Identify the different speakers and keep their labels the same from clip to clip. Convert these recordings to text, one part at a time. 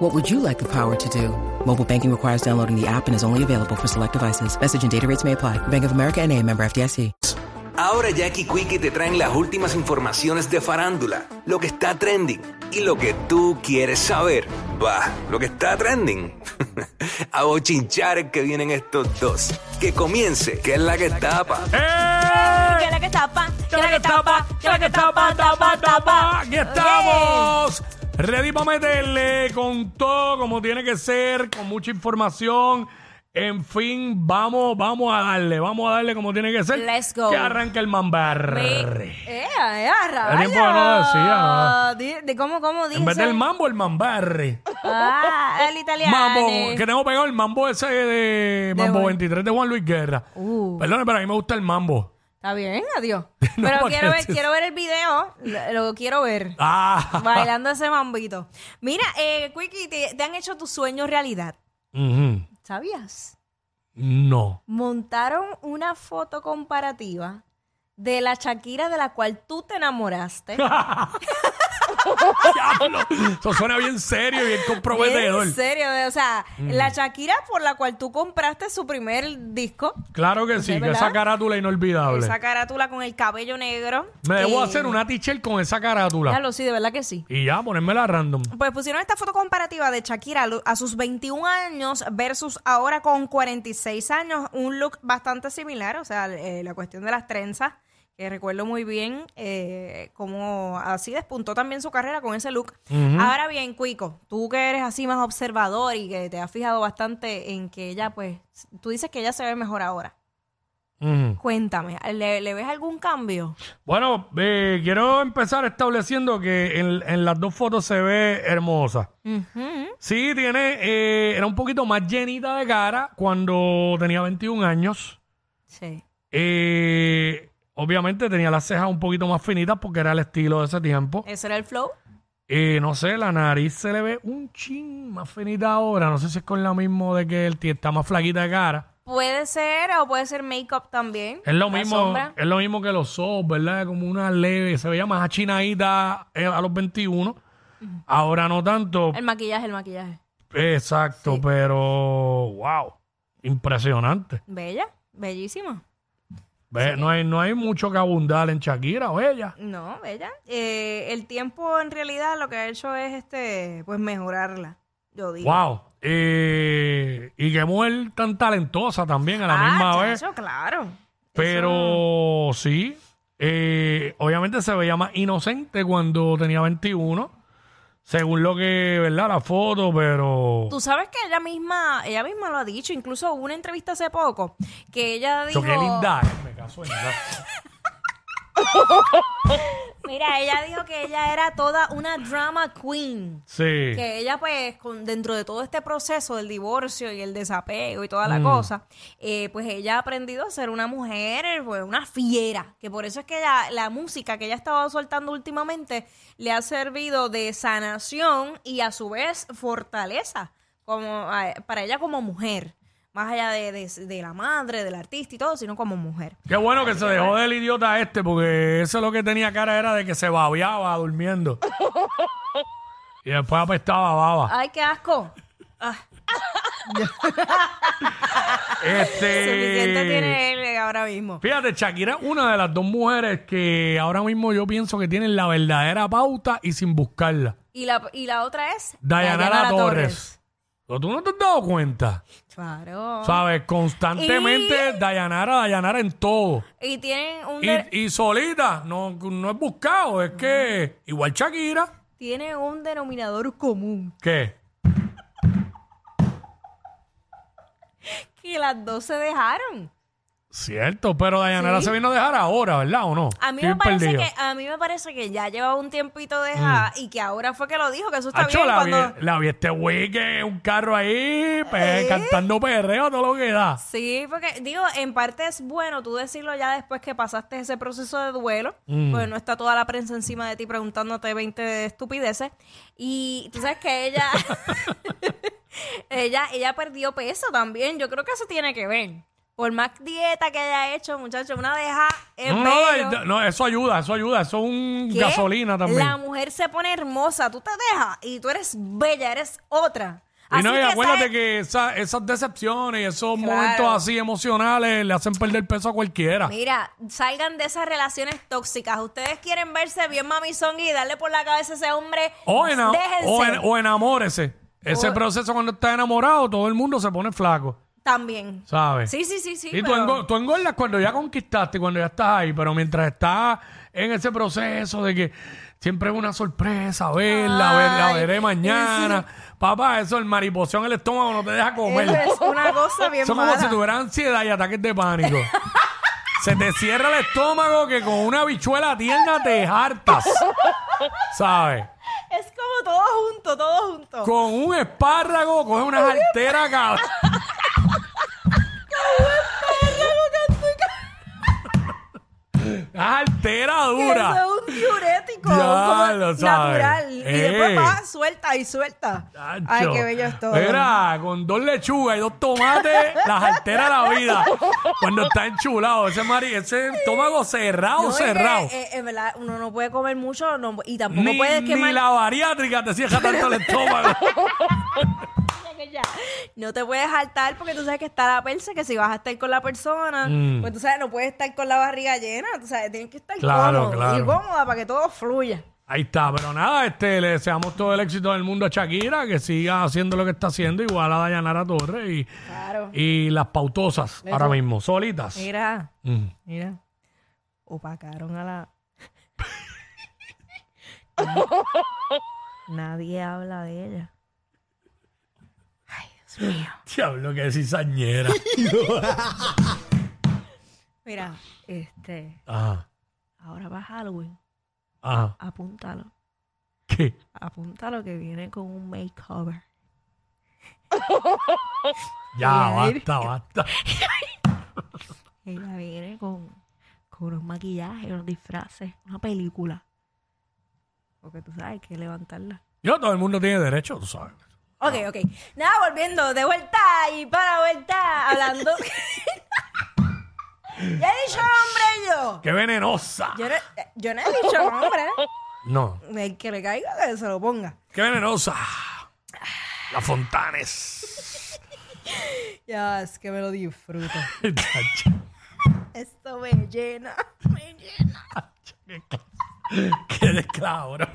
Speaker 1: What would you like the power to do? Mobile banking requires downloading the app and is only available for select devices. Message and data rates may apply. Bank of America and a member FDIC.
Speaker 2: Ahora Jackie Quickie te traen las últimas informaciones de farándula, lo que está trending y lo que tú quieres saber. Va, lo que está trending. A bochinchar que vienen estos dos. Que comience, que es la que tapa.
Speaker 3: ¡Eh!
Speaker 4: Que la que tapa, que la que tapa, que la que tapa, tapa, tapa.
Speaker 3: Aquí estamos. Ready para meterle con todo como tiene que ser, con mucha información. En fin, vamos, vamos a darle, vamos a darle como tiene que ser.
Speaker 4: Let's go.
Speaker 3: Que arranque el mambar.
Speaker 4: Eh, eh, eh,
Speaker 3: Era tiempo que no decía.
Speaker 4: De, de cómo, cómo dice.
Speaker 3: En vez del mambo, el mambar.
Speaker 4: Ah, el italiano.
Speaker 3: Mambo, que tengo pegado el mambo ese de Mambo
Speaker 4: Juan.
Speaker 3: 23 de Juan Luis Guerra.
Speaker 4: Uh.
Speaker 3: Perdón, pero a mí me gusta el mambo.
Speaker 4: Está bien, adiós.
Speaker 3: No,
Speaker 4: Pero
Speaker 3: porque
Speaker 4: quiero ver,
Speaker 3: esto es-
Speaker 4: quiero ver el video. Lo, lo quiero ver.
Speaker 3: Ah.
Speaker 4: Bailando ese mambito. Mira, eh, Quickie, te, te han hecho tus sueños realidad.
Speaker 3: Ujú.
Speaker 4: ¿Sabías?
Speaker 3: No.
Speaker 4: Montaron una foto comparativa de la Shakira de la cual tú te enamoraste.
Speaker 3: Diablo. Eso suena bien serio, bien comprometedor.
Speaker 4: En serio, o sea, la Shakira por la cual tú compraste su primer disco,
Speaker 3: Claro que sí, que
Speaker 4: ¿verdad?
Speaker 3: esa carátula inolvidable.
Speaker 4: esa carátula con el cabello negro.
Speaker 3: Me debo
Speaker 4: Y-
Speaker 3: hacer una t-shirt con esa carátula.
Speaker 4: Claro, sí, de verdad que sí.
Speaker 3: Y ya, ponérmela random.
Speaker 4: Pues pusieron esta foto comparativa de Shakira a lo- a sus 21 años versus ahora con 46 años, un look bastante similar, o sea, eh, la cuestión de las trenzas, que recuerdo muy bien eh, cómo así despuntó también su carrera con ese look. Ahora bien, Cuico, tú que eres así más observador y que te has fijado bastante en que ella, pues, tú dices que ella se ve mejor ahora.
Speaker 3: Ujú.
Speaker 4: Cuéntame, ¿le, le ves algún cambio?
Speaker 3: Bueno, eh, quiero empezar estableciendo que en, en las dos fotos se ve hermosa.
Speaker 4: Ujú.
Speaker 3: Sí, tiene, eh, era un poquito más llenita de cara cuando tenía 21 años.
Speaker 4: Sí.
Speaker 3: Eh, obviamente tenía las cejas un poquito más finitas porque era el estilo de ese tiempo.
Speaker 4: ¿Ese era el flow?
Speaker 3: Eh, no sé, la nariz se le ve un chin más finita ahora. No sé si es con lo mismo de que el tío está más flaquita de cara.
Speaker 4: Puede ser, o puede ser make-up también.
Speaker 3: Es lo
Speaker 4: la
Speaker 3: mismo,
Speaker 4: sombra.
Speaker 3: es lo mismo que los ojos, ¿verdad? Como una leve, se veía más achinadita eh, a los 21. Ahora no tanto.
Speaker 4: El maquillaje, el maquillaje.
Speaker 3: Exacto,
Speaker 4: Sí.
Speaker 3: pero wow. Impresionante.
Speaker 4: Bella, bellísima.
Speaker 3: Ve, No, hay, no hay mucho que abundar en Shakira o ella.
Speaker 4: No, bella. Eh, el tiempo en realidad lo que ha hecho es este, pues mejorarla. Yo digo.
Speaker 3: Wow. Eh, y qué mujer tan talentosa también a la
Speaker 4: Ah,
Speaker 3: misma vez.
Speaker 4: chacho, claro.
Speaker 3: Pero sí, eh, obviamente se veía más inocente cuando tenía 21, según lo que, ¿verdad? La foto, pero...
Speaker 4: Tú sabes que ella misma, ella misma lo ha dicho, incluso hubo una entrevista hace poco que ella dijo.
Speaker 3: Yo qué linda, es, me caso en la-
Speaker 4: Mira, ella dijo que ella era toda una drama queen.
Speaker 3: Sí.
Speaker 4: que ella pues con- dentro de todo este proceso del divorcio y el desapego y toda
Speaker 3: Mm.
Speaker 4: la cosa, eh, pues ella ha aprendido a ser una mujer, eh, pues una fiera, que por eso es que la, la música que ella estaba soltando últimamente le ha servido de sanación y a su vez fortaleza como eh, para ella como mujer, más allá de, de- de la madre, del artista y todo, sino como mujer.
Speaker 3: Qué bueno que se dejó del idiota este, porque eso lo que tenía cara era de que se babeaba durmiendo. y después apestaba baba.
Speaker 4: Ay, qué asco. Ah,
Speaker 3: Este...
Speaker 4: Suficiente tiene él ahora mismo.
Speaker 3: Fíjate, Shakira es una de las dos mujeres que ahora mismo yo pienso que tienen la verdadera pauta y sin buscarla.
Speaker 4: Y la, y la otra es
Speaker 3: Dayanara
Speaker 4: Dayanara
Speaker 3: Torres. Pero tú no te has dado cuenta.
Speaker 4: Claro.
Speaker 3: ¿Sabes? Constantemente Dayanara, Dayanara en todo.
Speaker 4: Y tienen un de-
Speaker 3: Y, y solita, no, no es buscado, es
Speaker 4: Ah.
Speaker 3: que igual Shakira.
Speaker 4: tienen un denominador común
Speaker 3: ¿Qué?
Speaker 4: que las dos se dejaron.
Speaker 3: Cierto, pero Dayanara se vino a dejar ahora, ¿verdad o no?
Speaker 4: A mí,
Speaker 3: Estoy
Speaker 4: me parece
Speaker 3: perdido.
Speaker 4: que, ah, a mí me parece que ya llevaba un tiempito dejada y que ahora fue que lo dijo, que eso está
Speaker 3: Mm. Acho,
Speaker 4: bien
Speaker 3: la,
Speaker 4: cuando...
Speaker 3: vi, la vi este weekend, un carro ahí, pues,
Speaker 4: ¿Eh?
Speaker 3: cantando perreo, todo lo que da.
Speaker 4: Sí, porque digo, en parte es bueno tú decirlo ya después que pasaste ese proceso de duelo,
Speaker 3: Mm.
Speaker 4: pues no está toda la prensa encima de ti preguntándote 20 estupideces. Y tú sabes que ella, ella, ella perdió peso también, yo creo que eso tiene que ver. Por más dieta que haya hecho, muchachos, una deja es
Speaker 3: No, no,
Speaker 4: bello.
Speaker 3: no, no, eso ayuda, eso ayuda, eso es un
Speaker 4: ¿Qué?
Speaker 3: gasolina también.
Speaker 4: La mujer se pone hermosa, tú te dejas y tú eres bella, eres otra.
Speaker 3: Y no, y acuérdate
Speaker 4: ¿sabes?
Speaker 3: que esa- esas decepciones y esos
Speaker 4: Claro.
Speaker 3: momentos así emocionales le hacen perder peso a cualquiera.
Speaker 4: Mira, salgan de esas relaciones tóxicas. Ustedes quieren verse bien mamizón y darle por la cabeza a ese hombre.
Speaker 3: O, ena-
Speaker 4: Déjense.
Speaker 3: o en- o enamórese. Ese
Speaker 4: O-
Speaker 3: proceso cuando estás enamorado, todo el mundo se pone flaco,
Speaker 4: También.
Speaker 3: ¿sabes?
Speaker 4: Sí, sí, sí, sí.
Speaker 3: y tú,
Speaker 4: pero-
Speaker 3: engo- tú engordas cuando ya conquistaste, cuando ya estás ahí, pero mientras estás en ese proceso de que siempre es una sorpresa verla, verla,
Speaker 4: Ay,
Speaker 3: veré mañana. Papá, eso, el mariposeo en el estómago no te deja comer.
Speaker 4: Eso es una cosa bien
Speaker 3: Eso es como
Speaker 4: mala.
Speaker 3: si tuviera ansiedad y ataques de pánico. Se te cierra el estómago que con una bichuela tierna te hartas. ¿Sabes?
Speaker 4: Es como todo junto, todo junto.
Speaker 3: Con un espárrago coges una jartera cabrón. Una jartera dura.
Speaker 4: Eso es un diurético.
Speaker 3: Ya
Speaker 4: como
Speaker 3: lo sabes.
Speaker 4: natural. Y después
Speaker 3: Ey.
Speaker 4: va, suelta y suelta.
Speaker 3: Tacho.
Speaker 4: Ay, qué bello es todo.
Speaker 3: Mira, con dos lechugas y dos tomates, las altera la vida. Cuando está enchulado, ese, mari, ese estómago cerrado,
Speaker 4: No, es que,
Speaker 3: cerrado.
Speaker 4: eh, en verdad, uno no puede comer mucho no- y tampoco
Speaker 3: ni,
Speaker 4: puedes
Speaker 3: ni
Speaker 4: quemar.
Speaker 3: la bariátrica te cierra tanto el estómago.
Speaker 4: No te puedes hartar porque tú sabes que está la persa, que si vas a estar con la persona,
Speaker 3: Mm.
Speaker 4: pues tú sabes, no puedes estar con la barriga llena, tú sabes, tienes que estar
Speaker 3: Claro,
Speaker 4: cómodo
Speaker 3: claro.
Speaker 4: y cómoda para que todo fluya.
Speaker 3: Ahí está, pero nada, este, le deseamos todo el éxito del mundo a Shakira, que siga haciendo lo que está haciendo, igual a Dayanara Torres y,
Speaker 4: Claro.
Speaker 3: y las pautosas ahora mismo, solitas.
Speaker 4: Mira,
Speaker 3: Mm.
Speaker 4: mira. Opacaron a la. Nadie habla de ella. Ay, Dios mío.
Speaker 3: Diablo, que cizañera.
Speaker 4: Mira, este,
Speaker 3: ajá,
Speaker 4: ahora va Halloween.
Speaker 3: ajá.
Speaker 4: Apúntalo.
Speaker 3: ¿Qué?
Speaker 4: Apúntalo que viene con un makeover.
Speaker 3: Ya,
Speaker 4: Voy a ir.
Speaker 3: basta, basta.
Speaker 4: Ella viene con, con unos maquillajes, unos disfraces, una película. Porque tú sabes que levantarla. Ah.
Speaker 3: Yo, todo el mundo tiene derecho, tú sabes.
Speaker 4: Ok, ok. Nada, volviendo de vuelta y para vuelta, hablando. ya he dicho nombre yo.
Speaker 3: ¡Qué venenosa!
Speaker 4: Yo no, yo no he dicho nombre.
Speaker 3: No,
Speaker 4: El que le caiga, que se lo ponga.
Speaker 3: qué venenosa. Las fontanes.
Speaker 4: Ya, es que me lo disfruto.
Speaker 3: Chacho,
Speaker 4: Esto me llena, me llena.
Speaker 3: qué cla- qué desclaro.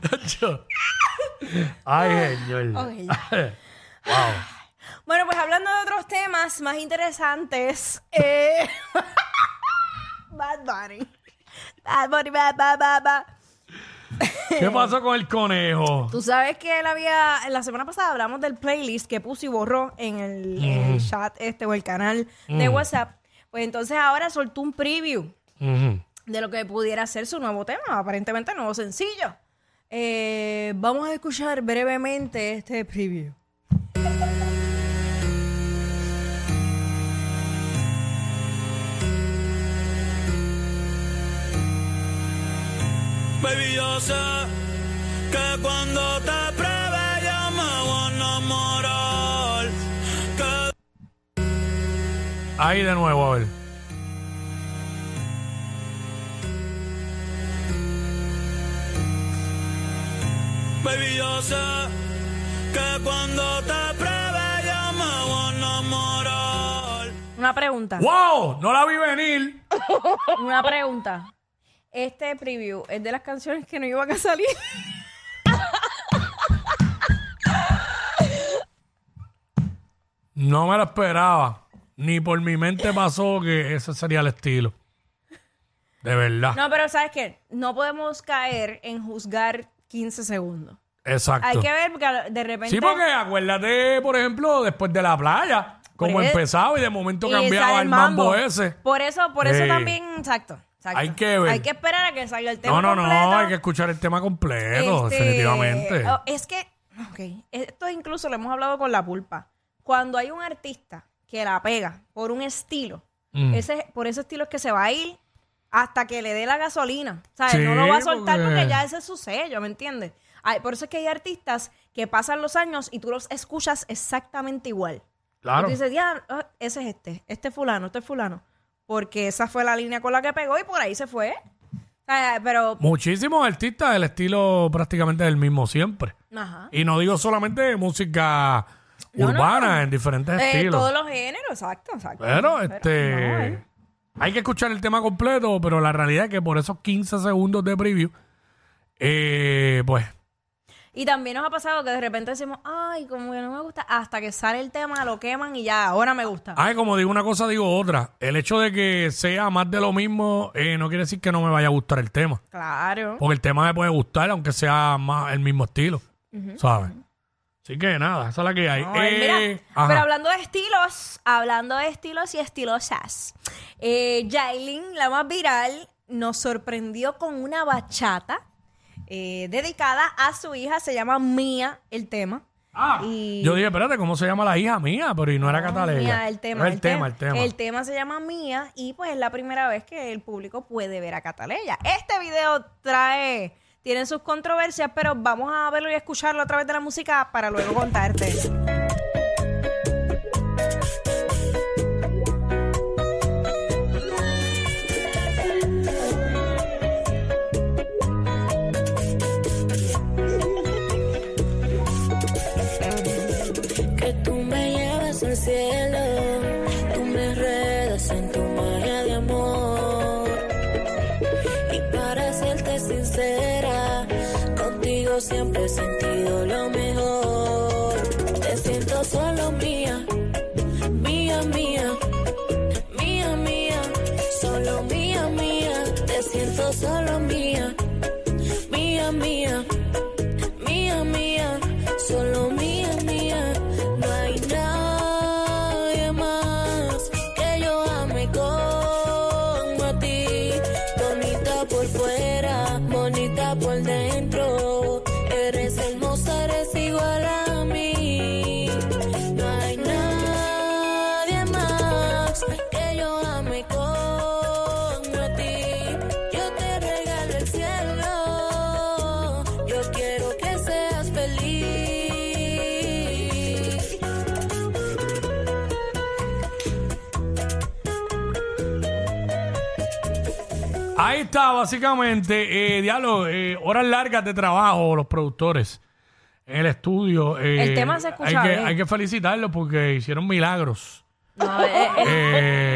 Speaker 3: Chacho. Ay, señor.
Speaker 4: Ok, ya.
Speaker 3: Wow.
Speaker 4: Bueno, pues hablando de otros temas más interesantes, eh, Bad Bunny. Bad Bunny, bad, bad, bad, bad.
Speaker 3: ¿Qué pasó con el conejo?
Speaker 4: Tú sabes que él había, la semana pasada hablamos del playlist que puso y borró en el, en el chat este o el canal de WhatsApp. Pues entonces ahora soltó un preview
Speaker 3: Ujú.
Speaker 4: de lo que pudiera ser su nuevo tema, aparentemente nuevo sencillo. Eh, vamos a escuchar brevemente este preview.
Speaker 5: Baby, yo sé que cuando te pruebe yo me voy a enamorar. Que
Speaker 3: Ahí de nuevo, a ver.
Speaker 5: baby, yo sé que cuando te pruebe yo me voy a enamorar.
Speaker 4: Una pregunta.
Speaker 3: ¡Wow! No la vi venir.
Speaker 4: Una pregunta. Este preview es de las canciones que no iban a salir.
Speaker 3: No me la esperaba. Ni por mi mente pasó que ese sería el estilo. De verdad.
Speaker 4: No, pero ¿sabes qué? No podemos caer en juzgar 15 segundos.
Speaker 3: Exacto.
Speaker 4: Hay que ver porque de repente...
Speaker 3: Sí, porque acuérdate, por ejemplo, después de la playa. como
Speaker 4: Por eso-
Speaker 3: empezaba y de momento
Speaker 4: Pues, y
Speaker 3: cambiaba
Speaker 4: sale Pues,
Speaker 3: el mambo ese.
Speaker 4: Por eso, por eso
Speaker 3: Sí.
Speaker 4: también, exacto, exacto.
Speaker 3: Hay que ver.
Speaker 4: Hay que esperar a que salga el tema
Speaker 3: No, no, no,
Speaker 4: completo.
Speaker 3: hay que escuchar el tema completo,
Speaker 4: Este,
Speaker 3: definitivamente.
Speaker 4: oh, es que, ok, esto incluso lo hemos hablado con la pulpa. Cuando hay un artista que la pega por un estilo,
Speaker 3: Mm.
Speaker 4: ese, por ese estilo es que se va a ir hasta que le dé la gasolina. O sea,
Speaker 3: Sí,
Speaker 4: no lo va a soltar
Speaker 3: porque-
Speaker 4: porque... ya ese es su sello, ¿me entiendes? Ay, por eso es que hay artistas que pasan los años y tú los escuchas exactamente igual.
Speaker 3: Claro.
Speaker 4: Y tú dices, ya, ah, ese es este, este es fulano, este es fulano. Porque esa fue la línea con la que pegó y por ahí se fue. O sea, pero,
Speaker 3: Muchísimos artistas del estilo prácticamente del mismo siempre.
Speaker 4: ajá.
Speaker 3: Y no digo solamente de música
Speaker 4: No, no,
Speaker 3: urbana,
Speaker 4: no.
Speaker 3: en diferentes
Speaker 4: Eh,
Speaker 3: estilos.
Speaker 4: todos los géneros, exacto, exacto.
Speaker 3: Pero,
Speaker 4: no,
Speaker 3: este.
Speaker 4: eh.
Speaker 3: hay que escuchar el tema completo, pero la realidad es que por esos 15 segundos de preview, eh, pues.
Speaker 4: Y también nos ha pasado que de repente decimos, ay, como que no me gusta, hasta que sale el tema, lo queman y ya, ahora me gusta.
Speaker 3: Ay, como digo una cosa, digo otra. El hecho de que sea más de lo mismo eh, no quiere decir que no me vaya a gustar el tema.
Speaker 4: Claro.
Speaker 3: Porque el tema me puede gustar, aunque sea más el mismo estilo. ¿Sabes? Así que nada, esa es la que hay.
Speaker 4: No, eh, mira,
Speaker 3: Eh, ajá.
Speaker 4: pero hablando de estilos, hablando de estilos y estilosas, eh, Yailin, la más viral, nos sorprendió con una bachata eh, dedicada a su hija, se llama Mía el tema.
Speaker 3: Ah,
Speaker 4: y-
Speaker 3: Yo dije, espérate, ¿cómo se llama la hija mía? Pero y no era Cataleya.
Speaker 4: Mía, el tema,
Speaker 3: Era el, tema, el tema.
Speaker 4: El tema se llama Mía y pues es la primera vez que el público puede ver a Cataleya. Este video trae, tiene sus controversias, pero vamos a verlo y escucharlo a través de la música para luego contarte.
Speaker 6: Que tú me llevas al cielo, tú me enredas en tu magia de amor. Y para serte sincera, contigo siempre he sentido lo mejor. Te siento solo mía, mía, mía, mía, mía, solo mía, mía. Te siento solo mía, mía, mía mía, mía, solo mía, mía. No hay nadie más que yo ame como a ti. Bonita por fuera, bonita por dentro. Eres hermosa, eres igual a mí. No hay nadie más que yo ame como a ti. Yo te regalo el cielo. Yo quiero que seas feliz.
Speaker 3: Ahí está, básicamente, eh, diablo, eh, horas largas de trabajo, los productores en el estudio. eh,
Speaker 4: El tema se escucha
Speaker 3: hay que,
Speaker 4: bien.
Speaker 3: hay que felicitarlos porque hicieron milagros.
Speaker 4: No, eh, eh,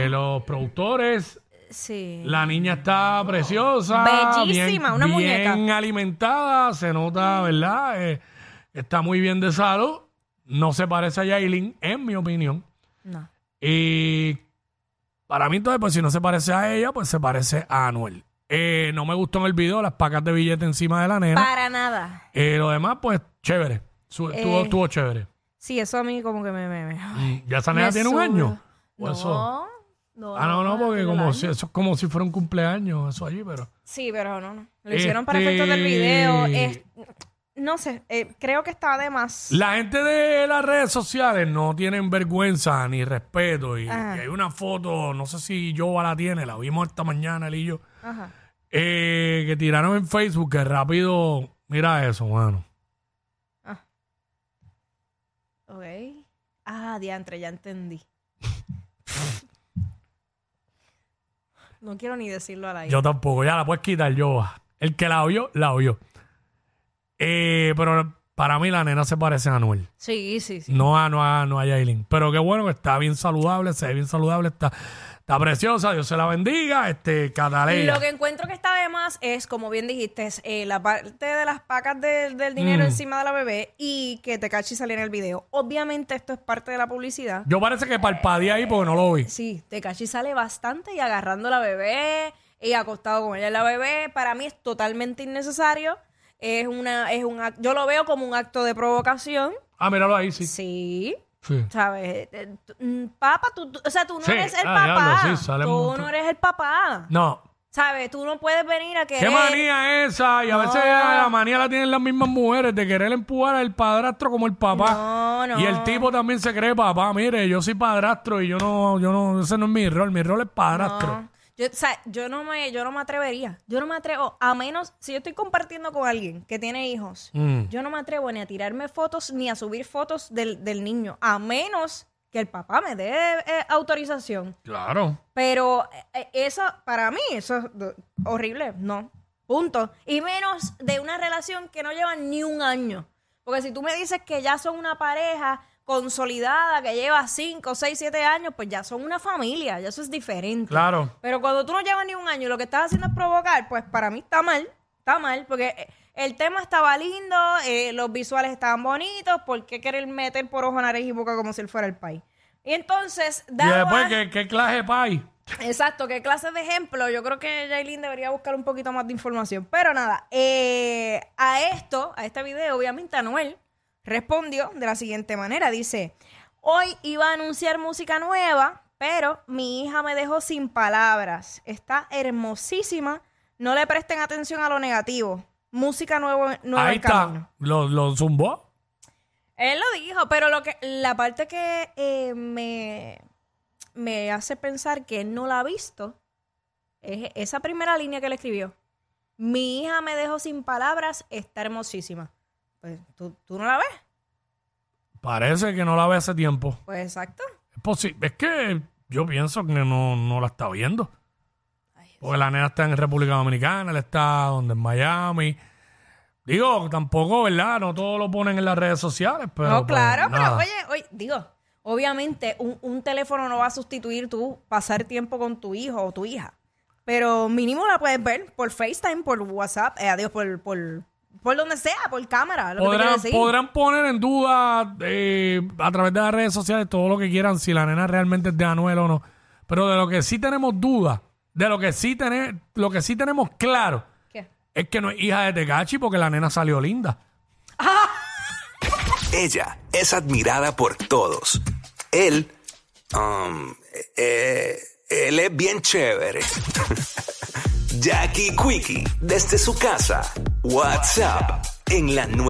Speaker 3: Eh, los productores,
Speaker 4: sí.
Speaker 3: la niña está preciosa.
Speaker 4: Bellísima,
Speaker 3: bien-
Speaker 4: una muñeca.
Speaker 3: Bien alimentada, se nota, ¿verdad? Eh, está muy bien de salud. No se parece a Yailin, en mi opinión.
Speaker 4: No.
Speaker 3: Y para mí, entonces, pues si no se parece a ella, pues se parece a Anuel. Eh, no me gustó en el video las pacas de billete encima de la nena.
Speaker 4: Para nada.
Speaker 3: Eh, lo demás, pues chévere. Su- estuvo,
Speaker 4: Eh.
Speaker 3: estuvo chévere.
Speaker 4: Sí, eso a mí como que me... me, me-
Speaker 3: Mm, ¿Ya esa nena
Speaker 4: me
Speaker 3: tiene un
Speaker 4: sube.
Speaker 3: año? ¿O
Speaker 4: No,
Speaker 3: eso?
Speaker 4: no.
Speaker 3: Ah, no, no, porque
Speaker 4: tiene
Speaker 3: como
Speaker 4: el
Speaker 3: si,
Speaker 4: año.
Speaker 3: eso es como si fuera un cumpleaños, eso allí, pero.
Speaker 4: Sí, pero no, no. Lo hicieron para
Speaker 3: Este-
Speaker 4: efectos del video. Es- no sé, eh, creo que está de más.
Speaker 3: La gente de las redes sociales no tienen vergüenza ni respeto. Y, y
Speaker 4: Ajá.
Speaker 3: hay una foto, no sé si Jova la tiene, la vimos esta mañana, él y yo.
Speaker 4: Ajá.
Speaker 3: eh, que tiraron en Facebook, que rápido. Mira eso, mano.
Speaker 4: Ah. Ok. Ah, diantre, ya entendí. no quiero ni decirlo al aire.
Speaker 3: Yo tampoco, ya la puedes quitar, yo. El que la oyó, la oyó. Eh, pero para mí la nena se parece a Anuel.
Speaker 4: Sí, sí, sí.
Speaker 3: No a, no a, no a Yailin. Pero qué bueno que está bien saludable, se ve bien saludable, está, está preciosa, Dios se la bendiga. Este, Cataleya.
Speaker 4: Lo que encuentro que está de más es, como bien dijiste, es, eh, la parte de las pacas del- del dinero encima de la bebé y que te cachi salía en el video. Obviamente esto es parte de la publicidad.
Speaker 3: Yo parece que parpadeé ahí porque no lo vi.
Speaker 4: Sí, Tecachi sale bastante y agarrando a la bebé y acostado con ella la bebé. Para mí es totalmente innecesario. Es una, es un ac- yo lo veo como un acto de provocación.
Speaker 3: Ah, míralo ahí, sí.
Speaker 4: Sí.
Speaker 3: Sí.
Speaker 4: ¿Sabes? Eh, tú- mm, Papá, tú, tú- o sea, tú no
Speaker 3: Sí,
Speaker 4: eres el
Speaker 3: ah,
Speaker 4: papá.
Speaker 3: diablo, sí, sale
Speaker 4: tú
Speaker 3: mucho.
Speaker 4: no eres el papá.
Speaker 3: No.
Speaker 4: ¿Sabes? Tú no puedes venir a querer.
Speaker 3: ¿Qué manía esa? Y a veces la manía la tienen las mismas mujeres de querer empujar al padrastro como el papá.
Speaker 4: No, no.
Speaker 3: Y el tipo también se cree papá. Mire, yo soy padrastro y yo no, yo no, ese no es mi rol. Mi rol es padrastro.
Speaker 4: No. Yo, o sea, yo no me, yo no me atrevería. Yo no me atrevo, a menos si yo estoy compartiendo con alguien que tiene hijos,
Speaker 3: Mm.
Speaker 4: yo no me atrevo ni a tirarme fotos ni a subir fotos del, del niño, a menos que el papá me dé eh, autorización.
Speaker 3: Claro.
Speaker 4: Pero eh, eso, para mí, eso es do- horrible. No. Punto. Y menos de una relación que no lleva ni un año. Porque si tú me dices que ya son una pareja consolidada, que lleva 5, 6, 7 años, pues ya son una familia, ya eso es diferente.
Speaker 3: Claro.
Speaker 4: Pero cuando tú no llevas ni un año y lo que estás haciendo es provocar, pues para mí está mal, está mal, porque eh, el tema estaba lindo, eh, los visuales estaban bonitos, ¿por qué querer meter por ojo, nariz y boca como si él fuera el país? Y entonces,
Speaker 3: Y
Speaker 4: dado
Speaker 3: después,
Speaker 4: a-
Speaker 3: ¿qué, qué clase de pay?
Speaker 4: Exacto, qué clase de ejemplo. Yo creo que Jailin debería buscar un poquito más de información. Pero nada, eh, a esto, a este video, obviamente Anuel respondió de la siguiente manera. Dice, hoy iba a anunciar música nueva, pero mi hija me dejó sin palabras. Está hermosísima. No le presten atención a lo negativo. Música nueva, nueva
Speaker 3: Ahí
Speaker 4: en camino.
Speaker 3: está. Lo, lo zumbó.
Speaker 4: Él lo dijo, pero lo que la parte que eh, me, me hace pensar que él no la ha visto es esa primera línea que le escribió. Mi hija me dejó sin palabras, está hermosísima. Pues tú, tú no la ves.
Speaker 3: Parece que no la ve hace tiempo.
Speaker 4: Pues exacto.
Speaker 3: Es, posi- es que yo pienso que no, no la está viendo. Porque la nena está en República Dominicana, él está donde en Miami. Digo, tampoco, ¿verdad? No todos lo ponen en las redes sociales, pero.
Speaker 4: no,
Speaker 3: pues,
Speaker 4: claro,
Speaker 3: nada.
Speaker 4: pero oye, oye, digo, obviamente un, un teléfono no va a sustituir tu pasar tiempo con tu hijo o tu hija. Pero mínimo la puedes ver por FaceTime, por WhatsApp, eh, adiós, por, por, por donde sea, por cámara. Lo que te quiero
Speaker 3: Podrán,
Speaker 4: decir.
Speaker 3: podrán poner en duda eh, a través de las redes sociales todo lo que quieran, si la nena realmente es de Anuel o no. Pero de lo que sí tenemos duda, de lo que sí, tener, lo que sí tenemos claro,
Speaker 4: ¿Qué?
Speaker 3: es que no es hija de Tecachi porque la nena salió linda.
Speaker 2: Ella es admirada por todos. Él, um, eh, él es bien chévere. Jackie Quickie, desde su casa. WhatsApp, en la nueva.